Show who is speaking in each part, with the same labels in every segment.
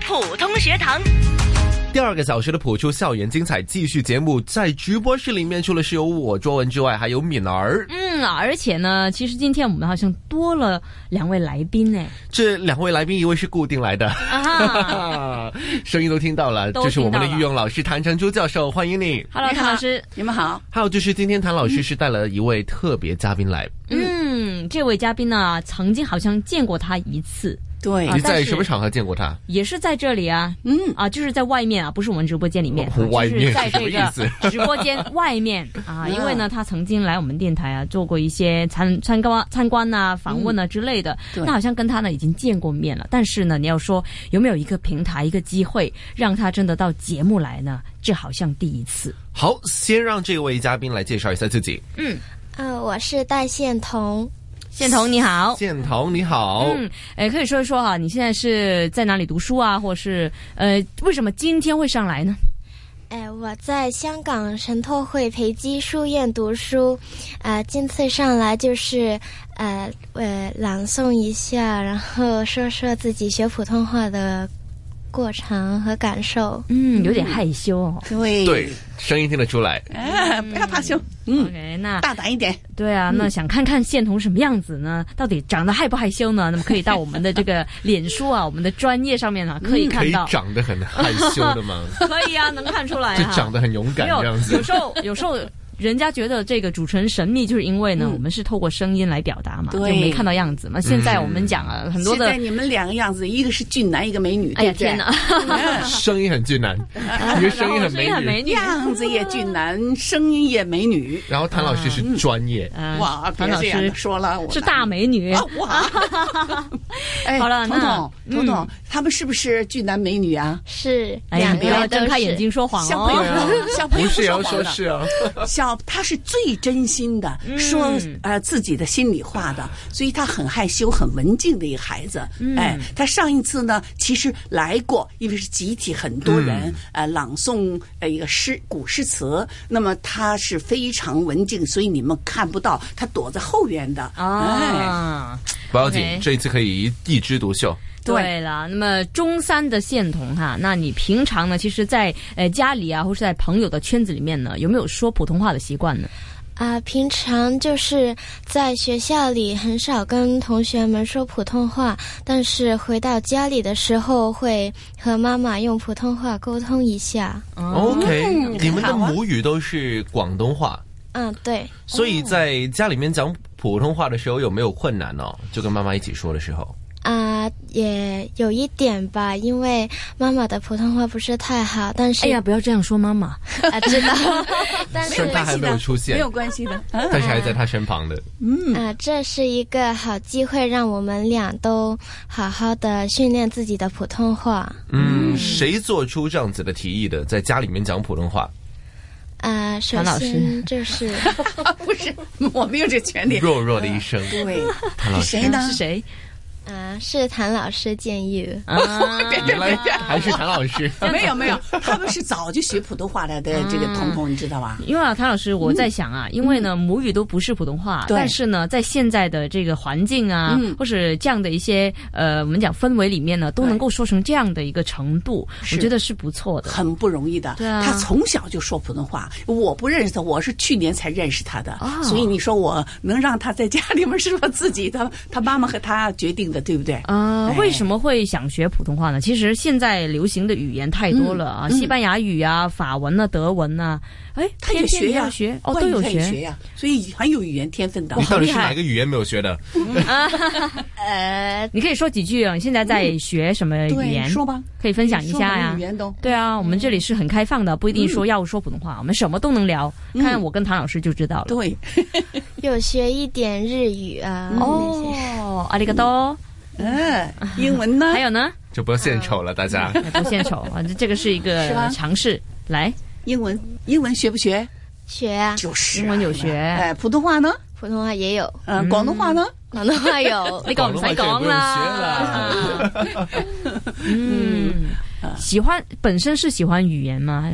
Speaker 1: 普通学堂。
Speaker 2: 第二个小时的普出校园精彩继续节目，在直播室里面，除了是有我卓文之外，还有敏儿。
Speaker 3: 嗯，而且呢，其实今天我们好像多了两位来宾哎呢。
Speaker 2: 这两位来宾，一位是固定来 的，
Speaker 3: 啊
Speaker 2: 声音都听到了，
Speaker 3: 都
Speaker 2: 这是我们的
Speaker 3: 听到
Speaker 2: 御
Speaker 3: 了
Speaker 2: 用老师谭成珠教授，欢迎你。
Speaker 3: ，Hello，
Speaker 4: 你
Speaker 3: 谭
Speaker 4: 好
Speaker 3: 老师。
Speaker 4: 你们好，
Speaker 2: 还有就是今天谭老师是带了一位特别嘉宾来，
Speaker 3: 嗯，这位嘉宾呢，曾经好像见过他一次，
Speaker 4: 对
Speaker 3: 啊
Speaker 2: 你在
Speaker 3: 但是
Speaker 2: 什么场合见过他？
Speaker 3: 也是在这里啊，
Speaker 4: 嗯，
Speaker 3: 啊，就是在外面啊，不是我们直播间里面，啊
Speaker 2: 哦外面
Speaker 3: 就是在这
Speaker 2: 什么意
Speaker 3: 个 直播间外面啊，
Speaker 4: 嗯
Speaker 3: 因为呢，他曾经来我们电台啊，做过一些参参观参观呐、访问啊之类的。
Speaker 4: 嗯对
Speaker 3: 那好像跟他呢已经见过面了，但是呢，你要说有没有一个平台、一个机会让他真的到节目来呢？这好像第一次。
Speaker 2: 好，先让这位嘉宾来介绍一下自己。
Speaker 5: 呃，我是戴宪彤，
Speaker 3: 宪彤你好。
Speaker 2: 建彤，你好。
Speaker 3: 哦嗯，哎，可以说一说哈、你现在是在哪里读书啊，或是呃，为什么今天会上来呢？
Speaker 5: 哎，我在香港神拓会培基书院读书，呃，今次上来就是呃呃朗诵一下，然后说说自己学普通话的过程和感受。
Speaker 3: 嗯，有点害羞哦。
Speaker 4: 对
Speaker 2: 对，声音听得出来。
Speaker 4: 哎，不要怕羞，嗯，
Speaker 3: OK，那
Speaker 4: 大胆一点，
Speaker 3: 对啊，那想看看宪彤什么样子呢？到底长得害不害羞呢？那么可以到我们的这个脸书啊，我们的专业上面啊，可以
Speaker 2: 嗯可
Speaker 3: 看
Speaker 2: 以
Speaker 3: 到，
Speaker 2: 长得很害羞的 吗？
Speaker 3: 可以啊，能看出来
Speaker 2: 就
Speaker 3: 啊。
Speaker 2: 长得很勇敢
Speaker 3: 没有
Speaker 2: 这样，子
Speaker 3: 有。时候有时候。人家觉得这个主持人神秘，就是因为呢，我们是透过声音来表达嘛，就
Speaker 4: 对
Speaker 3: 没看到样子嘛。现在我们讲啊，很多的
Speaker 4: 现在，你们两个样子，一个是俊男，一个美女，
Speaker 3: 哎呀
Speaker 4: 对
Speaker 3: 天
Speaker 4: 不
Speaker 3: 哪，
Speaker 4: 对 嗯
Speaker 2: 声音很俊男，因为声音很美
Speaker 3: 然后
Speaker 2: 女。
Speaker 3: 女
Speaker 4: 样子也俊男，声音也美女，
Speaker 2: 然后谭老师是专 业，
Speaker 3: 嗯
Speaker 4: 哇，别
Speaker 3: 唐老
Speaker 4: 这样
Speaker 3: 师
Speaker 4: 说了，我
Speaker 3: 是大美女
Speaker 4: 啊，，哇， 哎，
Speaker 3: 好了
Speaker 4: 彤
Speaker 3: 那
Speaker 4: 彤，彤彤，他们是不是俊男美女啊？
Speaker 5: 是，
Speaker 3: 哎呀，
Speaker 5: 两
Speaker 3: 不
Speaker 5: 个
Speaker 3: 要
Speaker 5: 都
Speaker 3: 睁开
Speaker 5: 是
Speaker 3: 眼睛说谎
Speaker 4: 小朋
Speaker 3: 哦。
Speaker 4: 友，啊小朋
Speaker 2: 不
Speaker 4: 友
Speaker 2: 是也要
Speaker 4: 说
Speaker 2: 说
Speaker 4: 谎的
Speaker 2: 是 啊，
Speaker 4: 小他是最真心的，
Speaker 3: 嗯
Speaker 4: 说呃自己的心里话的，所以他很害羞、很文静的一个孩子。
Speaker 3: 嗯
Speaker 4: 哎，他上一次呢，其实来过，因为是集体很多人、
Speaker 3: 嗯
Speaker 4: 呃朗诵呃一个诗古诗词，那么他是非常文静，所以你们看不到他躲在后边的。哎，
Speaker 3: 啊，
Speaker 2: 不要紧
Speaker 3: OK，
Speaker 2: 这一次可以一枝独秀。
Speaker 4: 对
Speaker 3: 对了，那么中三的线童哈，那你平常呢，其实在，呃家里啊，或是在朋友的圈子里面呢，有没有说普通话的习惯呢？
Speaker 5: 啊、平常就是在学校里很少跟同学们说普通话，但是回到家里的时候会和妈妈用普通话沟通一下。
Speaker 2: 哦 OK，你们的
Speaker 4: 很好啊
Speaker 2: 母语都是广东话，
Speaker 5: 嗯，对，
Speaker 2: 所以在家里面讲普通话的时候有没有困难哦？就跟妈妈一起说的时候，
Speaker 5: 啊、也有一点吧，因为妈妈的普通话不是太好，但是
Speaker 3: 哎呀，不要这样说妈妈，
Speaker 5: 啊，知 道，但
Speaker 2: 虽
Speaker 5: 是
Speaker 2: 然她还没有出现
Speaker 4: 没，有关系的。啊
Speaker 2: 但是还在她身旁的。
Speaker 5: 啊、这是一个好机会，让我们俩都好好的训练自己的普通话。
Speaker 2: 嗯，谁做出这样子的提议的？在家里面讲普通话，
Speaker 5: 啊、首
Speaker 3: 谭老师
Speaker 5: 先就是
Speaker 4: 哎不是，我没有这 权利。
Speaker 2: 弱弱的一声，
Speaker 4: 对，
Speaker 2: 谭老
Speaker 4: 呃 是
Speaker 2: 师
Speaker 4: 谁呢？
Speaker 3: 是谁？
Speaker 5: 啊、是谭老师建议。
Speaker 3: 啊，
Speaker 2: 原来还是谭老 师。
Speaker 4: 没有 没有，他们是早就学普通话的的这个
Speaker 3: 嗯
Speaker 4: 彤彤，你知道吧？
Speaker 3: 因为啊，谭老师，我在想啊，因为呢，母语都不是普通话，
Speaker 4: 嗯对
Speaker 3: 但是呢，在现在的这个环境啊，
Speaker 4: 嗯
Speaker 3: 或是这样的一些呃，我们讲氛围里面呢，都能够说成这样的一个程度，我
Speaker 4: 是
Speaker 3: 觉得是不错的。
Speaker 4: 很不容易的。
Speaker 3: 对啊
Speaker 4: 他从小就说普通话，我不认识他，我是去年才认识他的。
Speaker 3: 哦
Speaker 4: 所以你说我能让他在家里面是我自己他他妈妈和他决定的，对不对？
Speaker 3: 啊、
Speaker 4: 哎
Speaker 3: 为什么会想学普通话呢？其实现在流行的语言太多了
Speaker 4: 嗯
Speaker 3: 啊，西班牙语啊、法文啊、德文啊，哎，
Speaker 4: 他也
Speaker 3: 偏偏
Speaker 4: 学呀、
Speaker 3: 要学哦，
Speaker 4: 外
Speaker 3: 都
Speaker 4: 语
Speaker 3: 有
Speaker 4: 他也学
Speaker 3: 学。
Speaker 4: 呀、所以很有语言天分的
Speaker 2: 你。到底
Speaker 3: 好厉
Speaker 2: 是
Speaker 3: 害
Speaker 2: 哪一个语言没有学的？
Speaker 5: 呃，
Speaker 3: 你可以说几句啊？你现在在学什么语
Speaker 4: 嗯对，
Speaker 3: 言？
Speaker 4: 说吧，
Speaker 3: 可以分享一
Speaker 4: 说吧
Speaker 3: 下呀
Speaker 4: 语。言都。
Speaker 3: 对啊，我们这里是很开放的，不一
Speaker 4: 嗯
Speaker 3: 定说要说普通话，我们什么都能聊。看看我跟唐老师就知道了。
Speaker 4: 对，
Speaker 5: 有学一点日语啊，那些
Speaker 3: 哦，阿里嘎多。
Speaker 4: 嗯，英文呢？
Speaker 3: 还有 呢，
Speaker 2: 就不要献丑了，大家。
Speaker 3: 哎不献丑啊，这这个是一
Speaker 4: 是
Speaker 3: 个
Speaker 4: 吧
Speaker 3: 尝试。来，
Speaker 4: 英文，英文学不学？
Speaker 5: 学啊，
Speaker 4: 就是啊
Speaker 3: 英文有学，
Speaker 4: 哎，普通话呢？
Speaker 5: 普通话也有，
Speaker 4: 嗯，广东话呢？
Speaker 5: 广东话有
Speaker 3: 呢个唔使讲啦。
Speaker 4: 嗯
Speaker 3: 嗯，喜欢本身是喜欢语言吗？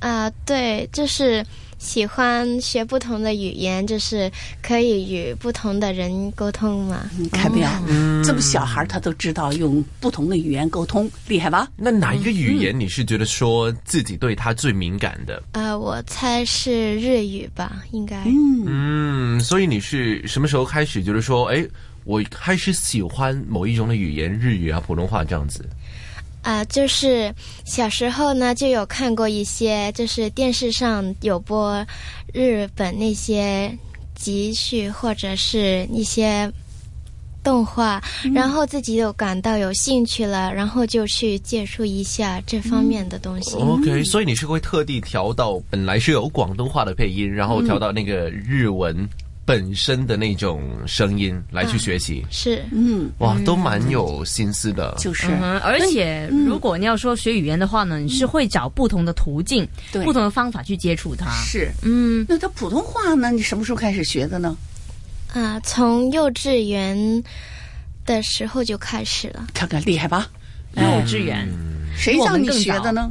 Speaker 5: 啊、对，就是喜欢学不同的语言，就是可以与不同的人沟通嘛。
Speaker 4: 你看没有？
Speaker 3: 嗯
Speaker 4: 这么小孩儿他都知道用不同的语言沟通，厉害吧？
Speaker 2: 那哪一个语言你是觉得说自己对它最敏感的？
Speaker 5: 呃，我猜是日语吧，应该。
Speaker 2: 嗯，所以你是什么时候开始觉得说，哎，我开始喜欢某一种的语言，日语啊、普通话这样子？
Speaker 5: 啊、就是小时候呢，就有看过一些，就是电视上有播日本那些集序或者是一些动画，然后自己有感到有兴趣了，然后就去接触一下这方面的东西。
Speaker 2: OK，所以你是会特地调到本来是有广东话的配音，然后调到那个日文本身的那种声音来去学习，
Speaker 5: 是，
Speaker 4: 嗯，
Speaker 2: 哇，都蛮有心思的。
Speaker 4: 就是。
Speaker 3: 嗯哼，而且如果你要说学语言的话呢，你是会找不同的途径、
Speaker 4: 对
Speaker 3: 不同的方法去接触它。
Speaker 4: 是，
Speaker 3: 嗯，
Speaker 4: 那他普通话呢？你什么时候开始学的呢？
Speaker 5: 啊、从幼稚园的时候就开始了。
Speaker 4: 看看厉害吧？
Speaker 3: 幼
Speaker 4: 嗯
Speaker 3: 稚园，
Speaker 4: 哎
Speaker 2: 嗯
Speaker 4: 谁让你学的呢？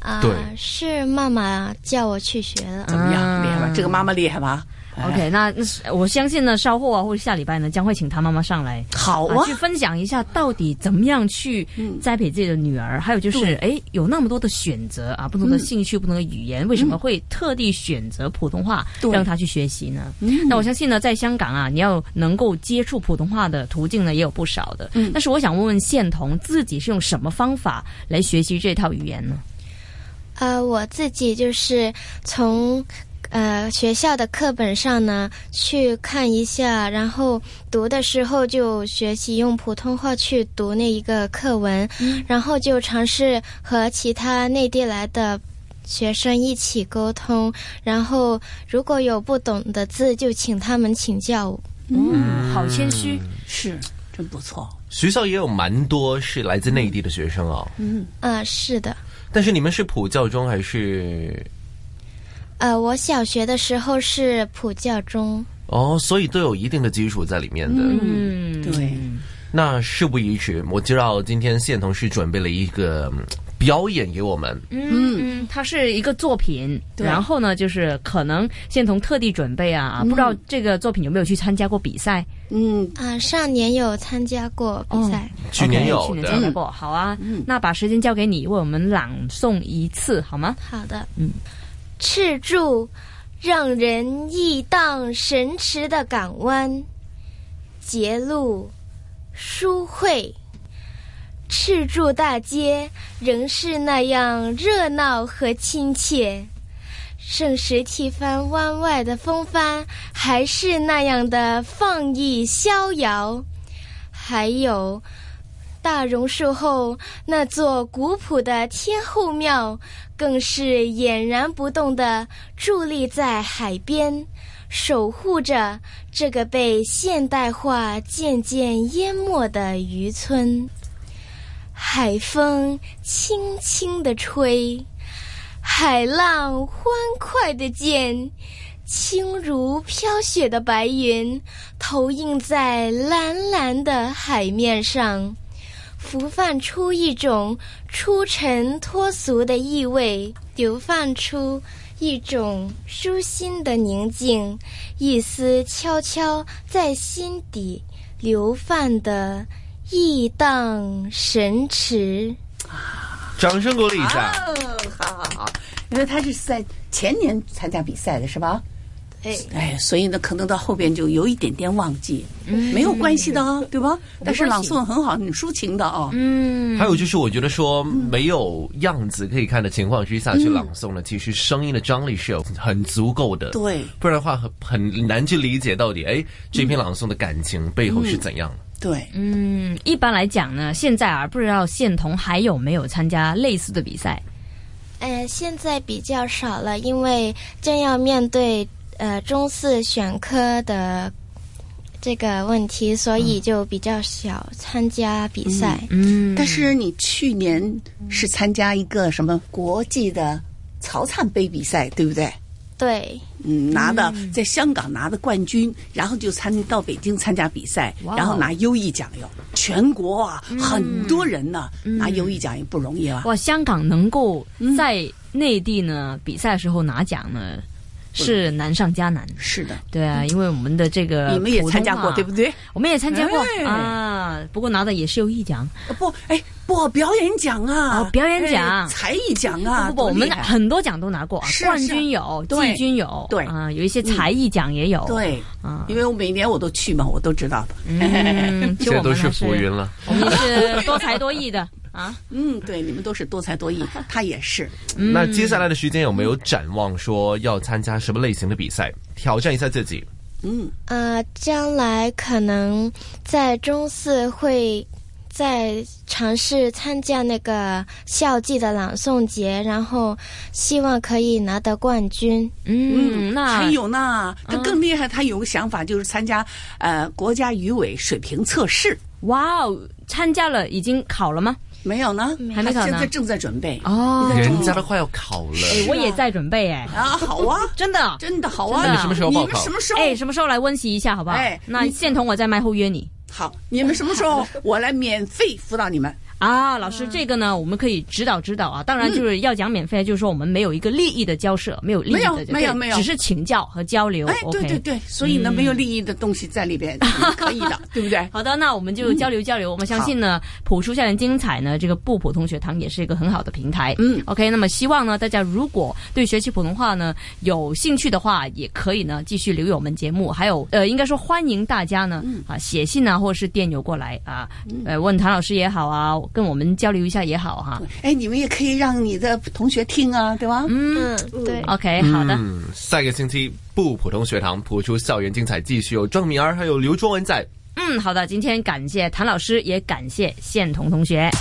Speaker 5: 啊、
Speaker 2: 对
Speaker 5: 是妈妈叫我去学的。
Speaker 4: 怎么样？
Speaker 3: 嗯
Speaker 4: 厉害吧？这个妈妈厉害吧？哎
Speaker 3: OK，那那是我相信呢，稍后啊或者下礼拜呢，将会请他妈妈上来。
Speaker 4: 好
Speaker 3: 啊，
Speaker 4: 啊
Speaker 3: 去，分享一下到底怎么样去
Speaker 4: 嗯
Speaker 3: 栽培自己的女儿，还有就是，哎，有那么多的选择啊，不同的兴趣、不同的语言，为什么会特地选择普通话
Speaker 4: 对嗯
Speaker 3: 让她去学习呢？那我相信呢，在香港啊，你要能够接触普通话的途径呢，也有不少的。
Speaker 4: 嗯
Speaker 3: 但是我想问问宪彤，自己是用什么方法来学习这套语言呢？
Speaker 5: 呃，我自己就是从呃学校的课本上呢去看一下，然后读的时候就学习用普通话去读那一个课文，然后就尝试和其他内地来的。学生一起沟通，然后如果有不懂的字，就请他们请教我。
Speaker 3: 嗯，好谦虚。
Speaker 4: 是，真不错。
Speaker 2: 学校也有蛮多是来自内地的学生哦，
Speaker 5: 嗯、是的。
Speaker 2: 但是你们是普教中还是？
Speaker 5: 呃，我小学的时候是普教中，
Speaker 2: 哦，所以都有一定的基础在里面的。
Speaker 3: 嗯，
Speaker 4: 对，
Speaker 2: 那事不宜迟，我知道今天宪同事准备了一个嗯表演给我们，
Speaker 3: 嗯，嗯，它是一个作品，然后呢，就是可能先从特地准备啊，不知道这个作品有没有去参加过比赛？
Speaker 4: 嗯，
Speaker 5: 啊、上年有参加过比赛。
Speaker 2: 去年
Speaker 3: OK，
Speaker 2: 有
Speaker 3: 去年参加
Speaker 2: 的。
Speaker 3: 过，好啊，
Speaker 4: 嗯
Speaker 3: 那把时间交给你，为我们朗诵一次好吗？
Speaker 5: 好的，嗯，赤柱让人忆荡神驰的港湾，捷路书会，赤柱大街仍是那样热闹和亲切，圣石梯帆湾外的风帆还是那样的放逸逍遥，还有。大榕树后那座古朴的天后庙，更是俨然不动地伫立在海边，守护着这个被现代化渐渐淹没的渔村。海风轻轻地吹，海浪欢快地溅，轻如飘雪的白云投映在蓝蓝的海面上。浮泛出一种出尘脱俗的意味，流放出一种舒心的宁静，一丝悄悄在心底流泛的意荡神驰。
Speaker 2: 掌声鼓励一下。
Speaker 3: 啊
Speaker 4: 哦好好好，因为他是在前年参加比赛的是吧？
Speaker 5: 哎，
Speaker 4: 哎，所以呢，可能到后边就有一点点忘记，没有关系的啊，对吧？但是朗诵得很好，很抒情的啊。
Speaker 3: 嗯，
Speaker 2: 还有就是，我觉得说没有样子可以看的情况之下去朗诵呢，其实声音的张力是有很足够的。
Speaker 4: 对
Speaker 2: 不然的话很很难去理解到底，哎，这篇朗诵的感情背后是怎样。
Speaker 4: 对，
Speaker 3: 嗯，一般来讲呢，现在啊，不知道宪童还有没有参加类似的比赛？
Speaker 5: 呃，现在比较少了，因为正要面对呃中四选科的这个问题，所以就比较少参加比赛。
Speaker 3: 嗯，
Speaker 4: 但是你去年是参加一个什么国际的曹灿杯比赛，对不对？
Speaker 5: 对。
Speaker 4: 嗯，拿的在香港拿的冠军，然后就参到北京参加比赛，
Speaker 3: 哇哦
Speaker 4: 然后拿优异奖哟。全国啊，很多人呢、
Speaker 3: 嗯
Speaker 4: 拿优异奖也不容易啊。
Speaker 3: 嗯哇，香港能够在内地呢比赛的时候拿奖呢，是难上加难。
Speaker 4: 是的，
Speaker 3: 对啊，因为我们的这个
Speaker 4: 你们也参加
Speaker 3: 呃普通
Speaker 4: 过
Speaker 3: 话
Speaker 4: 对不？对？
Speaker 3: 我们也参加过、
Speaker 4: 哎
Speaker 3: 啊，不过拿的也是优异奖。
Speaker 4: 呃不，哎，不，表演奖啊，
Speaker 3: 哦表演奖
Speaker 4: 哎才艺奖啊，
Speaker 3: 不不，
Speaker 4: 多
Speaker 3: 我们
Speaker 4: 厉害
Speaker 3: 很多奖都拿过，啊
Speaker 4: 是
Speaker 3: 冠
Speaker 4: 是
Speaker 3: 军有，
Speaker 4: 对
Speaker 3: 季军有，
Speaker 4: 对嗯
Speaker 3: 啊，有一些才艺奖也有，，
Speaker 4: 对，
Speaker 3: 啊，
Speaker 4: 因为我每年我都去嘛，我都知道的。
Speaker 3: 嗯，其
Speaker 2: 现
Speaker 3: 实
Speaker 2: 在
Speaker 3: 我
Speaker 2: 都
Speaker 3: 们
Speaker 2: 是
Speaker 3: 还
Speaker 2: 浮云，了。
Speaker 3: 我们也是多才多艺的 啊，
Speaker 4: 嗯，对，你们都是多才多 艺，他也是。
Speaker 2: 那接下来
Speaker 3: 嗯
Speaker 2: 的时间有没有展望说要参加什么类型的比赛，挑战一下自己？
Speaker 4: 嗯，
Speaker 5: 呃，将来可能在中四会再尝试参加那个校际的朗诵节，然后希望可以拿得冠军。
Speaker 3: 嗯，
Speaker 4: 还
Speaker 3: 那嗯
Speaker 4: 有呢，他更厉害，他有个想法，就是参加呃国家语委水平测试，
Speaker 3: 哇哦，参加了已经考了吗？
Speaker 4: 没有呢？
Speaker 3: 还没考呢
Speaker 4: 他现在正在准备
Speaker 3: 哦
Speaker 4: 嗯
Speaker 2: 人家都快要考了，
Speaker 3: 哎，我也在准备哎，
Speaker 4: 啊，好啊，
Speaker 3: 真的，
Speaker 4: 真的好啊！
Speaker 3: 真的
Speaker 2: 你什么时候报
Speaker 4: 你们
Speaker 2: 考
Speaker 4: 什么时候？
Speaker 3: 哎，什么时候来温习一下好不好
Speaker 4: 哎？
Speaker 3: 那线童我在麦后约你。
Speaker 4: 好，你们什么 时候我来免费辅导你们？
Speaker 3: 啊，老
Speaker 4: 嗯
Speaker 3: 师，这个呢，我们可以指导指导啊。当然，就是要讲免费，就是说我们没有一个利益的交涉，没有利益的
Speaker 4: 没有
Speaker 3: 对
Speaker 4: 没有没有
Speaker 3: 只是请教和交流。
Speaker 4: 哎，
Speaker 3: 哦 OK
Speaker 4: 对
Speaker 3: 嗯
Speaker 4: 对对，所以呢，没有利益的东西在里边，你们可以 的，对不对？
Speaker 3: 好的，那我们就交流交
Speaker 4: 嗯
Speaker 3: 流。我们相信呢，朴树校园精彩呢，这个不普通学堂也是一个很好的平台。
Speaker 4: 嗯
Speaker 3: ，OK，那么希望呢，大家如果对学习普通话呢有兴趣的话，也可以呢继续留意我们节目。还有呃，应该说欢迎大家呢、
Speaker 4: 嗯
Speaker 3: 啊写信啊，或者是电邮过来啊，呃问谭老师也好啊，跟我们交流一下也好哈、
Speaker 4: 哎，你们也可以让你的同学听啊，对吧？
Speaker 5: 嗯，对。
Speaker 3: OK，好的。
Speaker 2: 嗯，下一个星期不普通学堂谱出校园精彩，继续有郑敏儿还有刘卓文在。
Speaker 3: 嗯，好的，今天感谢谭老师，也感谢宪彤同学。